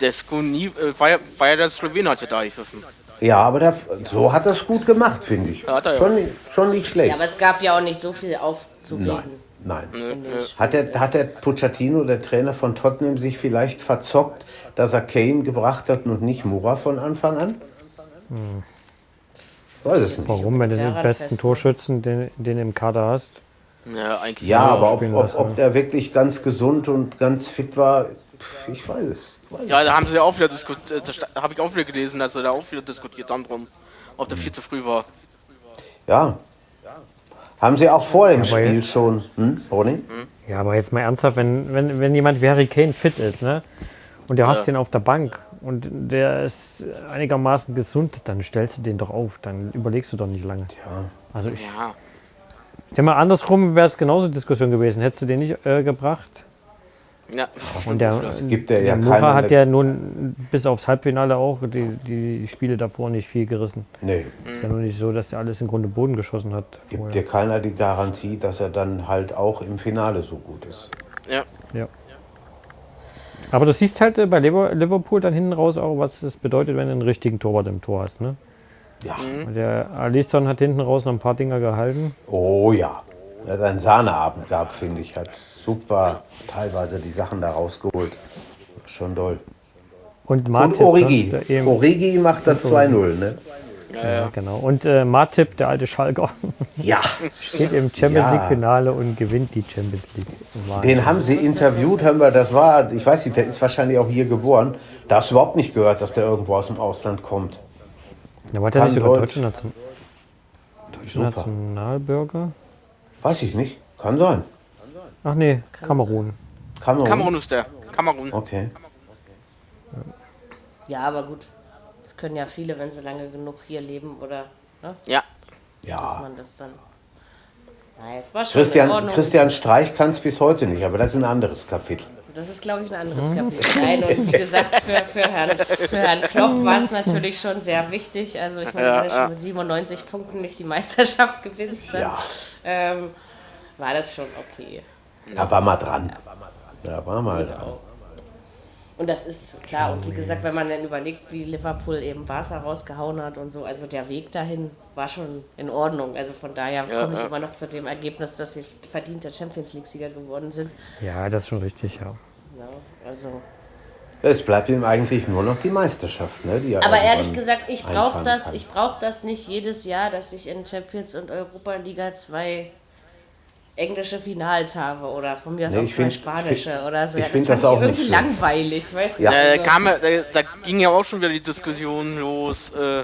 Der Skuni, äh, war, ja, war ja der Slowen hat ja da gegriffen.
Ja, aber der, so hat er es gut gemacht, finde ich.
Hat er ja.
schon, schon nicht schlecht.
Ja, aber es gab ja auch nicht so viel aufzureden.
Nein.
Äh,
Hat der, hat der Pochettino, der Trainer von Tottenham, sich vielleicht verzockt, dass er Kane gebracht hat und nicht Mura von Anfang an? Weiß es nicht.
Hm. Warum, wenn du den
Daran
besten
fest. ne?
Torschützen, den, den im Kader hast?
ja, eigentlich.
Ja, aber ob,
spielen
ob,
lassen,
ob der wirklich ganz gesund und ganz fit war, pf, ich weiß es. Ich Weiß
Ja,
es.
da haben sie ja auch wieder diskutiert. Da habe ich auch wieder gelesen, dass sie da auch wieder diskutiert haben drum. Ob der viel zu früh war.
ja. Haben sie auch vor dem
Aber ja-
Spiel schon, hm, Ronny?
Ja, aber jetzt mal ernsthaft, wenn, wenn, wenn jemand wie Harry Kane fit ist, ne? Und du hast den auf der Bank und der ist einigermaßen gesund, dann stellst du den doch auf, dann überlegst du doch nicht lange.
Ja.
Also ich
Ja.
denke mal, andersrum wäre es genauso eine Diskussion gewesen. Hättest du den nicht äh, gebracht?
Ja,
Und der,
Gibt er ja
der Mura
keine.
hat ja nun bis aufs Halbfinale auch die, die Spiele davor nicht viel gerissen.
nee,
Ist ja nur nicht so, dass der alles in Grund und Boden geschossen hat.
gibt
Vorher.
dir keiner die Garantie, dass er dann halt auch im Finale so gut ist.
ja.
Ja. Aber du siehst halt äh, bei Lever- Liverpool dann hinten raus auch, was es bedeutet, wenn du einen richtigen Torwart im Tor hast. Ne?
Ja.
Der Alisson hat hinten raus noch ein paar Dinger gehalten.
Oh ja. Er hat einen Sahneabend gehabt, finde ich. Hat super teilweise die Sachen da rausgeholt. Schon doll.
Und
Und
Martip.
Origi.
Ne? Der eben,
Origi macht das 2-0, ne?
ja, genau. Und äh, Martip, der alte Schalker,
Ja.
steht im Champions
Ja.
League-Finale und gewinnt die Champions League. Wahnsinn.
Den haben sie interviewt, haben wir, das war, ich weiß nicht, der ist wahrscheinlich auch hier geboren. Da hast du überhaupt nicht gehört, dass der irgendwo aus dem Ausland kommt.
Da war der nicht
Kann
sogar
Deutsch.
Deutscher Nation. Deutsche
Super.
Nationalbürger?
Weiß ich nicht. Kann sein.
Ach nee, Kamerun.
Kamerun.
Kamerun ist der. Kamerun.
Okay.
Ja, aber gut. Das können ja viele, wenn sie lange genug hier leben oder ne,
Ja.
dass
Ja.
man das dann. Na, jetzt war schon in
Christian,
Ordnung.
Christian Streich kann es bis heute nicht, aber das ist ein anderes Kapitel.
Das ist, glaube ich, ein anderes Kapitel. Nein, und wie gesagt, für, für, Herrn, für Herrn Klopp war es natürlich schon sehr wichtig. Also ich meine, wenn du schon mit 97 Punkten nicht die Meisterschaft gewinnst, dann
Ja.
ähm, war das schon okay.
Da war mal dran. Da war mal dran.
Und das ist klar. Und wie gesagt, wenn man dann überlegt, wie Liverpool eben Barca rausgehauen hat und so, also der Weg dahin war schon in Ordnung. Also von daher
Ja,
komme ich
ja.
immer noch zu dem Ergebnis, dass sie verdienter Champions League-Sieger geworden sind.
Ja, das ist schon richtig, ja.
Ja, also
Es bleibt ihm eigentlich nur noch die Meisterschaft. Ne, die er
Aber
irgendwann
ehrlich gesagt, ich brauche
einfahren
das,
kann.
ich brauch das nicht jedes Jahr, dass ich in Champions und Europa Liga zwei englische Finals habe oder von mir aus
Nee,
auch
ich
zwei
find-
spanische
find-
oder so.
ich
Ja,
find
das
das
fand
auch
ich
nicht
irgendwie
schön.
langweilig, weißt du?
Ja.
Äh,
Also,
kam, äh, da ging ja auch schon wieder die Diskussion los äh,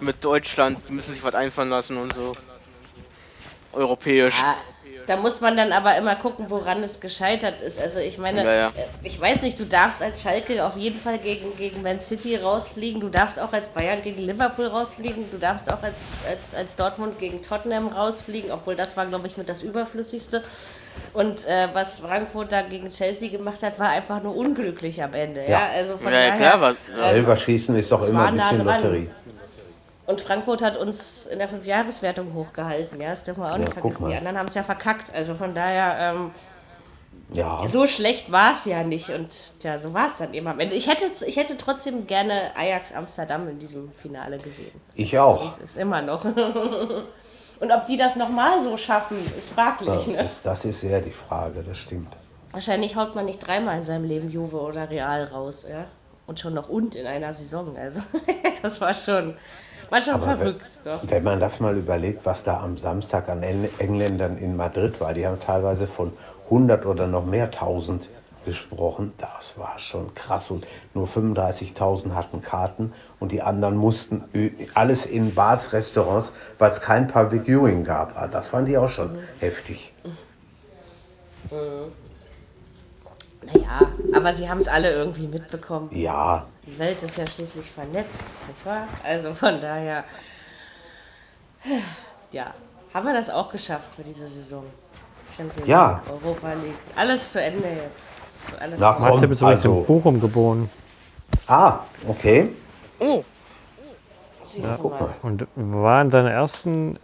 mit Deutschland, die müssen sich was einfallen lassen und so. Europäisch.
ja, da muss man dann aber immer gucken, woran es gescheitert ist. Also ich meine,
Ja, ja.
äh, ich weiß nicht, du darfst als Schalke auf jeden Fall gegen, gegen Man City rausfliegen, du darfst auch als Bayern gegen Liverpool rausfliegen, du darfst auch als, als, als Dortmund gegen Tottenham rausfliegen, obwohl das war, glaube ich, mit das Überflüssigste. Und äh, was Frankfurt da gegen Chelsea gemacht hat, war einfach nur unglücklich am Ende. Ja,
Ja.
also von
Ja, ja,
daher,
klar, war, ja.
Elferschießen ist doch
Es
immer
war
ein
nah
bisschen
dran.
Lotterie.
Und Frankfurt hat uns in der Fünfjahreswertung hochgehalten, ja, das dürfen wir auch
Ja,
nicht
guck
vergessen. Die
mal.
anderen haben es ja verkackt, also von daher, ähm,
Ja.
so schlecht war es ja nicht und ja, so war es dann eben am Ende. Ich hätte, ich hätte trotzdem gerne Ajax Amsterdam in diesem Finale gesehen.
Ich auch.
Das ist immer noch. Und ob die das nochmal so schaffen, ist
Das
fraglich. Ne?
ist, das ist eher die Frage, das stimmt.
Wahrscheinlich haut man nicht dreimal in seinem Leben Juve oder Real raus. Ja? Und schon noch und in einer Saison. Also, das war schon, war schon
Aber wenn-
verrückt. Doch.
Wenn man das mal überlegt, was da am Samstag an Engl- Engländern in Madrid war, die haben teilweise von 100 oder noch mehr 1000 gesprochen, das war schon krass. Und nur 35.000 hatten Karten und die anderen mussten ö- alles in Bars, Restaurants, weil es kein Public Viewing gab. Ah, Das fand ich auch schon heftig.
Naja, aber sie haben es alle irgendwie mitbekommen.
Ja,
Die Welt ist ja schließlich vernetzt, nicht wahr? Also von daher. Ja, haben wir das auch geschafft für diese Saison? Champions
Ja.
League, Europa League. Alles zu Ende jetzt. Ist Alles
Na
vorbei.
Matze
Komm,
bist übrigens
also.
in Bochum geboren.
ah, okay.
Oh,
Siehst du
Guck mal.
mal.
Und war in seiner ersten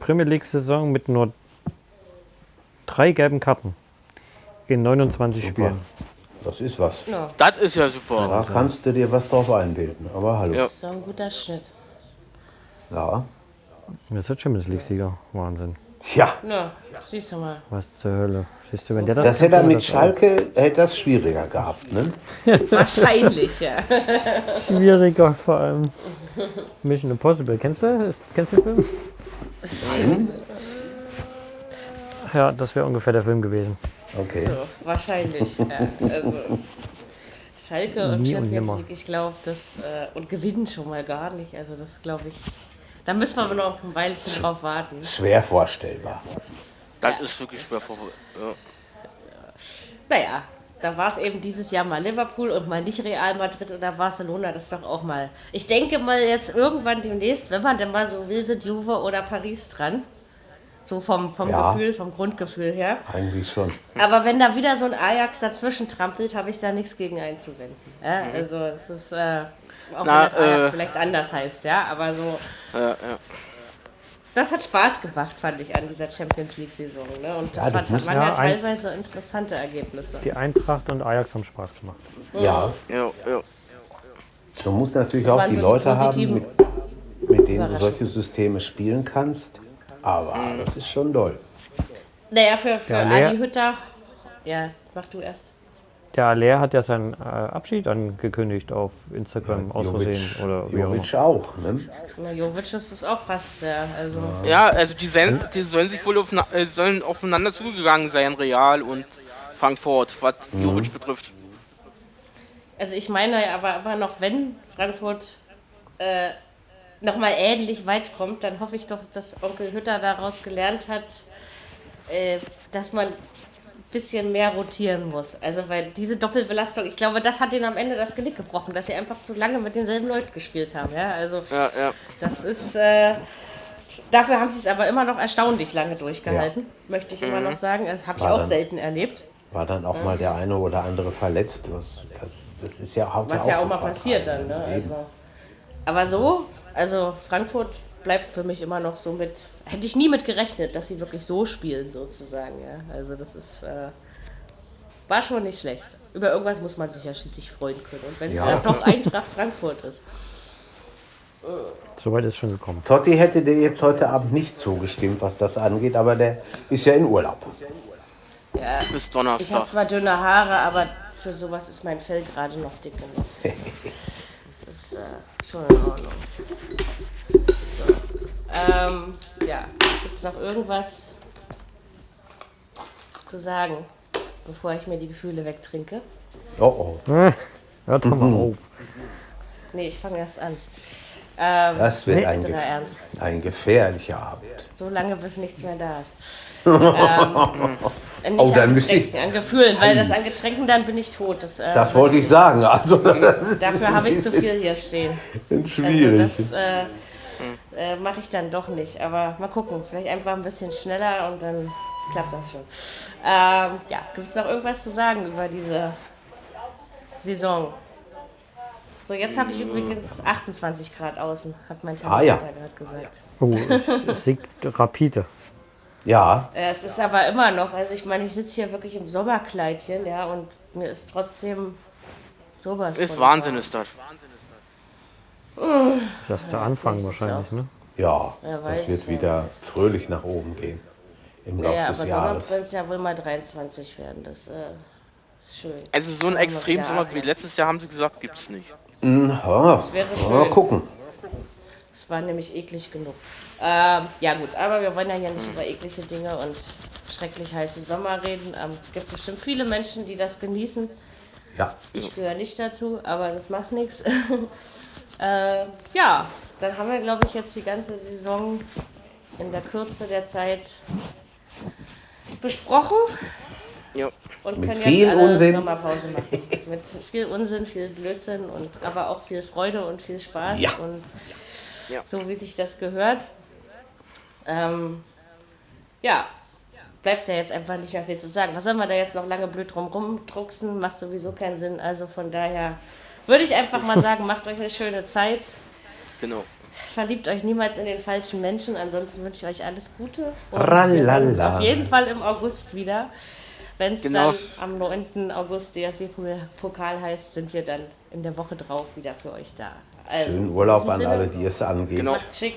Premier League-Saison mit nur drei gelben Karten in 29 Spielen.
Das ist was.
Ja,
das ist ja super.
Da kannst du dir was drauf einbilden. Aber hallo.
Ja.
das ist doch ein guter Schnitt.
Ja.
Und Jetzt ist Champions League-Sieger. Wahnsinn.
Ja.
Ja, siehst du mal.
Was zur Hölle. Siehst du, wenn der das.
Das
kann,
hätte er
kann
mit
das auch.
Schalke hätte das schwieriger gehabt, ne?
Wahrscheinlich, ja.
Schwieriger vor allem. Mission Impossible. Kennst du? Ist, kennst du den Film? Ja, das wäre ungefähr der Film gewesen.
Okay.
So, wahrscheinlich. Ja, also. Schalke und
Nie und nimmer.
Champions League, ich glaube, das äh, und gewinnen schon mal gar nicht. Also das glaube ich. Da müssen wir aber noch ein Weilchen drauf warten.
Schwer vorstellbar.
Das ist wirklich schwer vor. Ja.
Naja, da war es eben dieses Jahr mal Liverpool und mal nicht Real Madrid oder Barcelona. Das ist doch auch mal. Ich denke mal jetzt irgendwann demnächst, wenn man denn mal so will, sind Juve oder Paris dran. So vom, vom
Ja.
Gefühl, vom Grundgefühl her.
Eigentlich schon.
Aber wenn da wieder so ein Ajax dazwischen trampelt, habe ich da nichts gegen einzuwenden. Ja,
Mhm.
also es ist, äh, auch
Na,
wenn das Ajax
äh,
vielleicht anders heißt, ja, aber so,
Ja, ja.
das hat Spaß gemacht, fand ich, an dieser Champions League-Saison. Ne? Und das,
Ja,
war,
das muss-
waren
ja,
ja,
ein-
teilweise interessante Ergebnisse.
Die Eintracht und Ajax haben Spaß gemacht.
Ja.
Ja, ja.
Du musst natürlich
Das
auch
waren
die
so die
Leute haben,
positiven
mit, mit denen du
Überraschungen.
solche Systeme spielen kannst. Aber das ist schon doll.
Naja, für, für
Ja, Lea-
Adi Hütter, ja, mach du erst.
Der Aller hat ja seinen äh, Abschied angekündigt auf Instagram aus Versehen oder wie auch immer.
Jovic auch, ne?
Na, Jovic ist es auch fast, ja, also,
ja also die, sen- die sollen sich wohl aufna- äh, sollen aufeinander zugegangen sein, Real und Frankfurt, was Jovic betrifft.
also ich meine aber, aber noch, wenn Frankfurt äh, nochmal ähnlich weit kommt, dann hoffe ich doch, dass Onkel Hütter daraus gelernt hat, äh, dass man ein bisschen mehr rotieren muss. Also, weil diese Doppelbelastung, ich glaube, das hat ihnen am Ende das Genick gebrochen, dass sie einfach zu lange mit denselben Leuten gespielt haben. Ja, also,
Ja, ja.
das ist. Äh, dafür haben sie es aber immer noch erstaunlich lange durchgehalten, möchte ich immer noch sagen. Das habe ich
Mhm. War
auch
dann-
selten erlebt.
War dann auch mal der eine oder andere verletzt. Was, das, das ist ja haut
Was ja auch mal
sofort
passiert
rein.
dann, ne?
Eben.
Also, aber so, also Frankfurt bleibt für mich immer noch so mit. Hätte ich nie mit gerechnet, dass sie wirklich so spielen, sozusagen. Ja? Also das ist. Äh, war schon nicht schlecht. Über irgendwas muss man sich ja schließlich freuen können. Und wenn es
Ja.
dann doch Eintracht Frankfurt ist.
Soweit ist schon gekommen.
Totti hätte dir jetzt heute Abend nicht zugestimmt, was das angeht, aber der ist ja in Urlaub.
Bis
Ich habe
Donnerstag.
zwar dünne Haare, aber für sowas ist mein Fell gerade noch dick genug. Das ist äh, schon in Ordnung. So. Ähm, ja, gibt's noch irgendwas zu sagen, bevor ich mir die Gefühle wegtrinke?
Oh oh,
Hört doch mal auf.
Nee, ich fange erst an. Ähm,
das wird ein,
Bitte
gef
mal ernst.
ein gefährlicher Abend.
So lange, bis nichts mehr da ist. Ähm, nicht
Oh, dann
an
müsste ich-
Getränken, an Gefühlen, weil das an Getränken, dann bin ich tot. Das, äh,
Das wollte ich sagen. Also, das ist
Dafür habe ich zu viel hier stehen. Also
schwierig.
das äh, äh, mache ich dann doch nicht. Aber mal gucken. Vielleicht einfach ein bisschen schneller und dann klappt das schon. Ähm, ja, gibt es noch irgendwas zu sagen über diese Saison? So, jetzt habe ich übrigens 28 Grad außen, hat mein
Ah, ja.
Thermometer gerade gesagt.
Oh, es, es siegt rapide.
ja,
Äh, es ist aber immer noch, also ich meine, ich sitze hier wirklich im Sommerkleidchen, ja, und mir ist trotzdem sowas.
Ist
von
Wahnsinn, ist das.
Das ist der Anfang wahrscheinlich, ne?
ja,
Wer
das
weiß,
wird
wer
wieder
weiß.
fröhlich nach oben gehen im Laufe
Ja, aber
des
Sommer
Jahres.
sollen es ja wohl mal 23 werden. Das äh, ist schön.
Also so ein
Schauen wir
extremen
wieder
Sommer
an.
wie letztes Jahr haben sie gesagt, gibt's nicht.
Aha,
wäre schön.
Hm, oh, mal gucken.
Es war nämlich eklig genug. Ähm, ja gut, aber wir wollen ja hier nicht über eklige Dinge und schrecklich heiße Sommer reden. Ähm, es gibt bestimmt viele Menschen, die das genießen.
Ja,
Ich gehöre nicht dazu, aber das macht nichts. äh, ja, dann haben wir, glaube ich, jetzt die ganze Saison in der Kürze der Zeit besprochen
Ja.
und
Mit
können
viel
jetzt alle
Unsinn.
Sommerpause machen. Mit viel Unsinn, viel Blödsinn und aber auch viel Freude und viel Spaß
Ja.
und
Ja.
so wie sich das gehört. Ähm, ja, bleibt da jetzt einfach nicht mehr viel zu sagen. Was soll man da jetzt noch lange blöd drum rumdrucksen? Macht sowieso keinen Sinn. Also von daher würde ich einfach mal sagen, macht euch eine schöne Zeit.
Genau.
Verliebt euch niemals in den falschen Menschen. Ansonsten wünsche ich euch alles Gute. Und wir
Ralala.
hören uns auf jeden Fall im August wieder. Wenn es
Genau.
dann am 9. August DFB-Pokal heißt, sind wir dann in der Woche drauf wieder für euch da. Also,
schönen
in
Urlaub
diesem
an
Sinne,
alle, die es angeht.
Genau.
Macht's schick.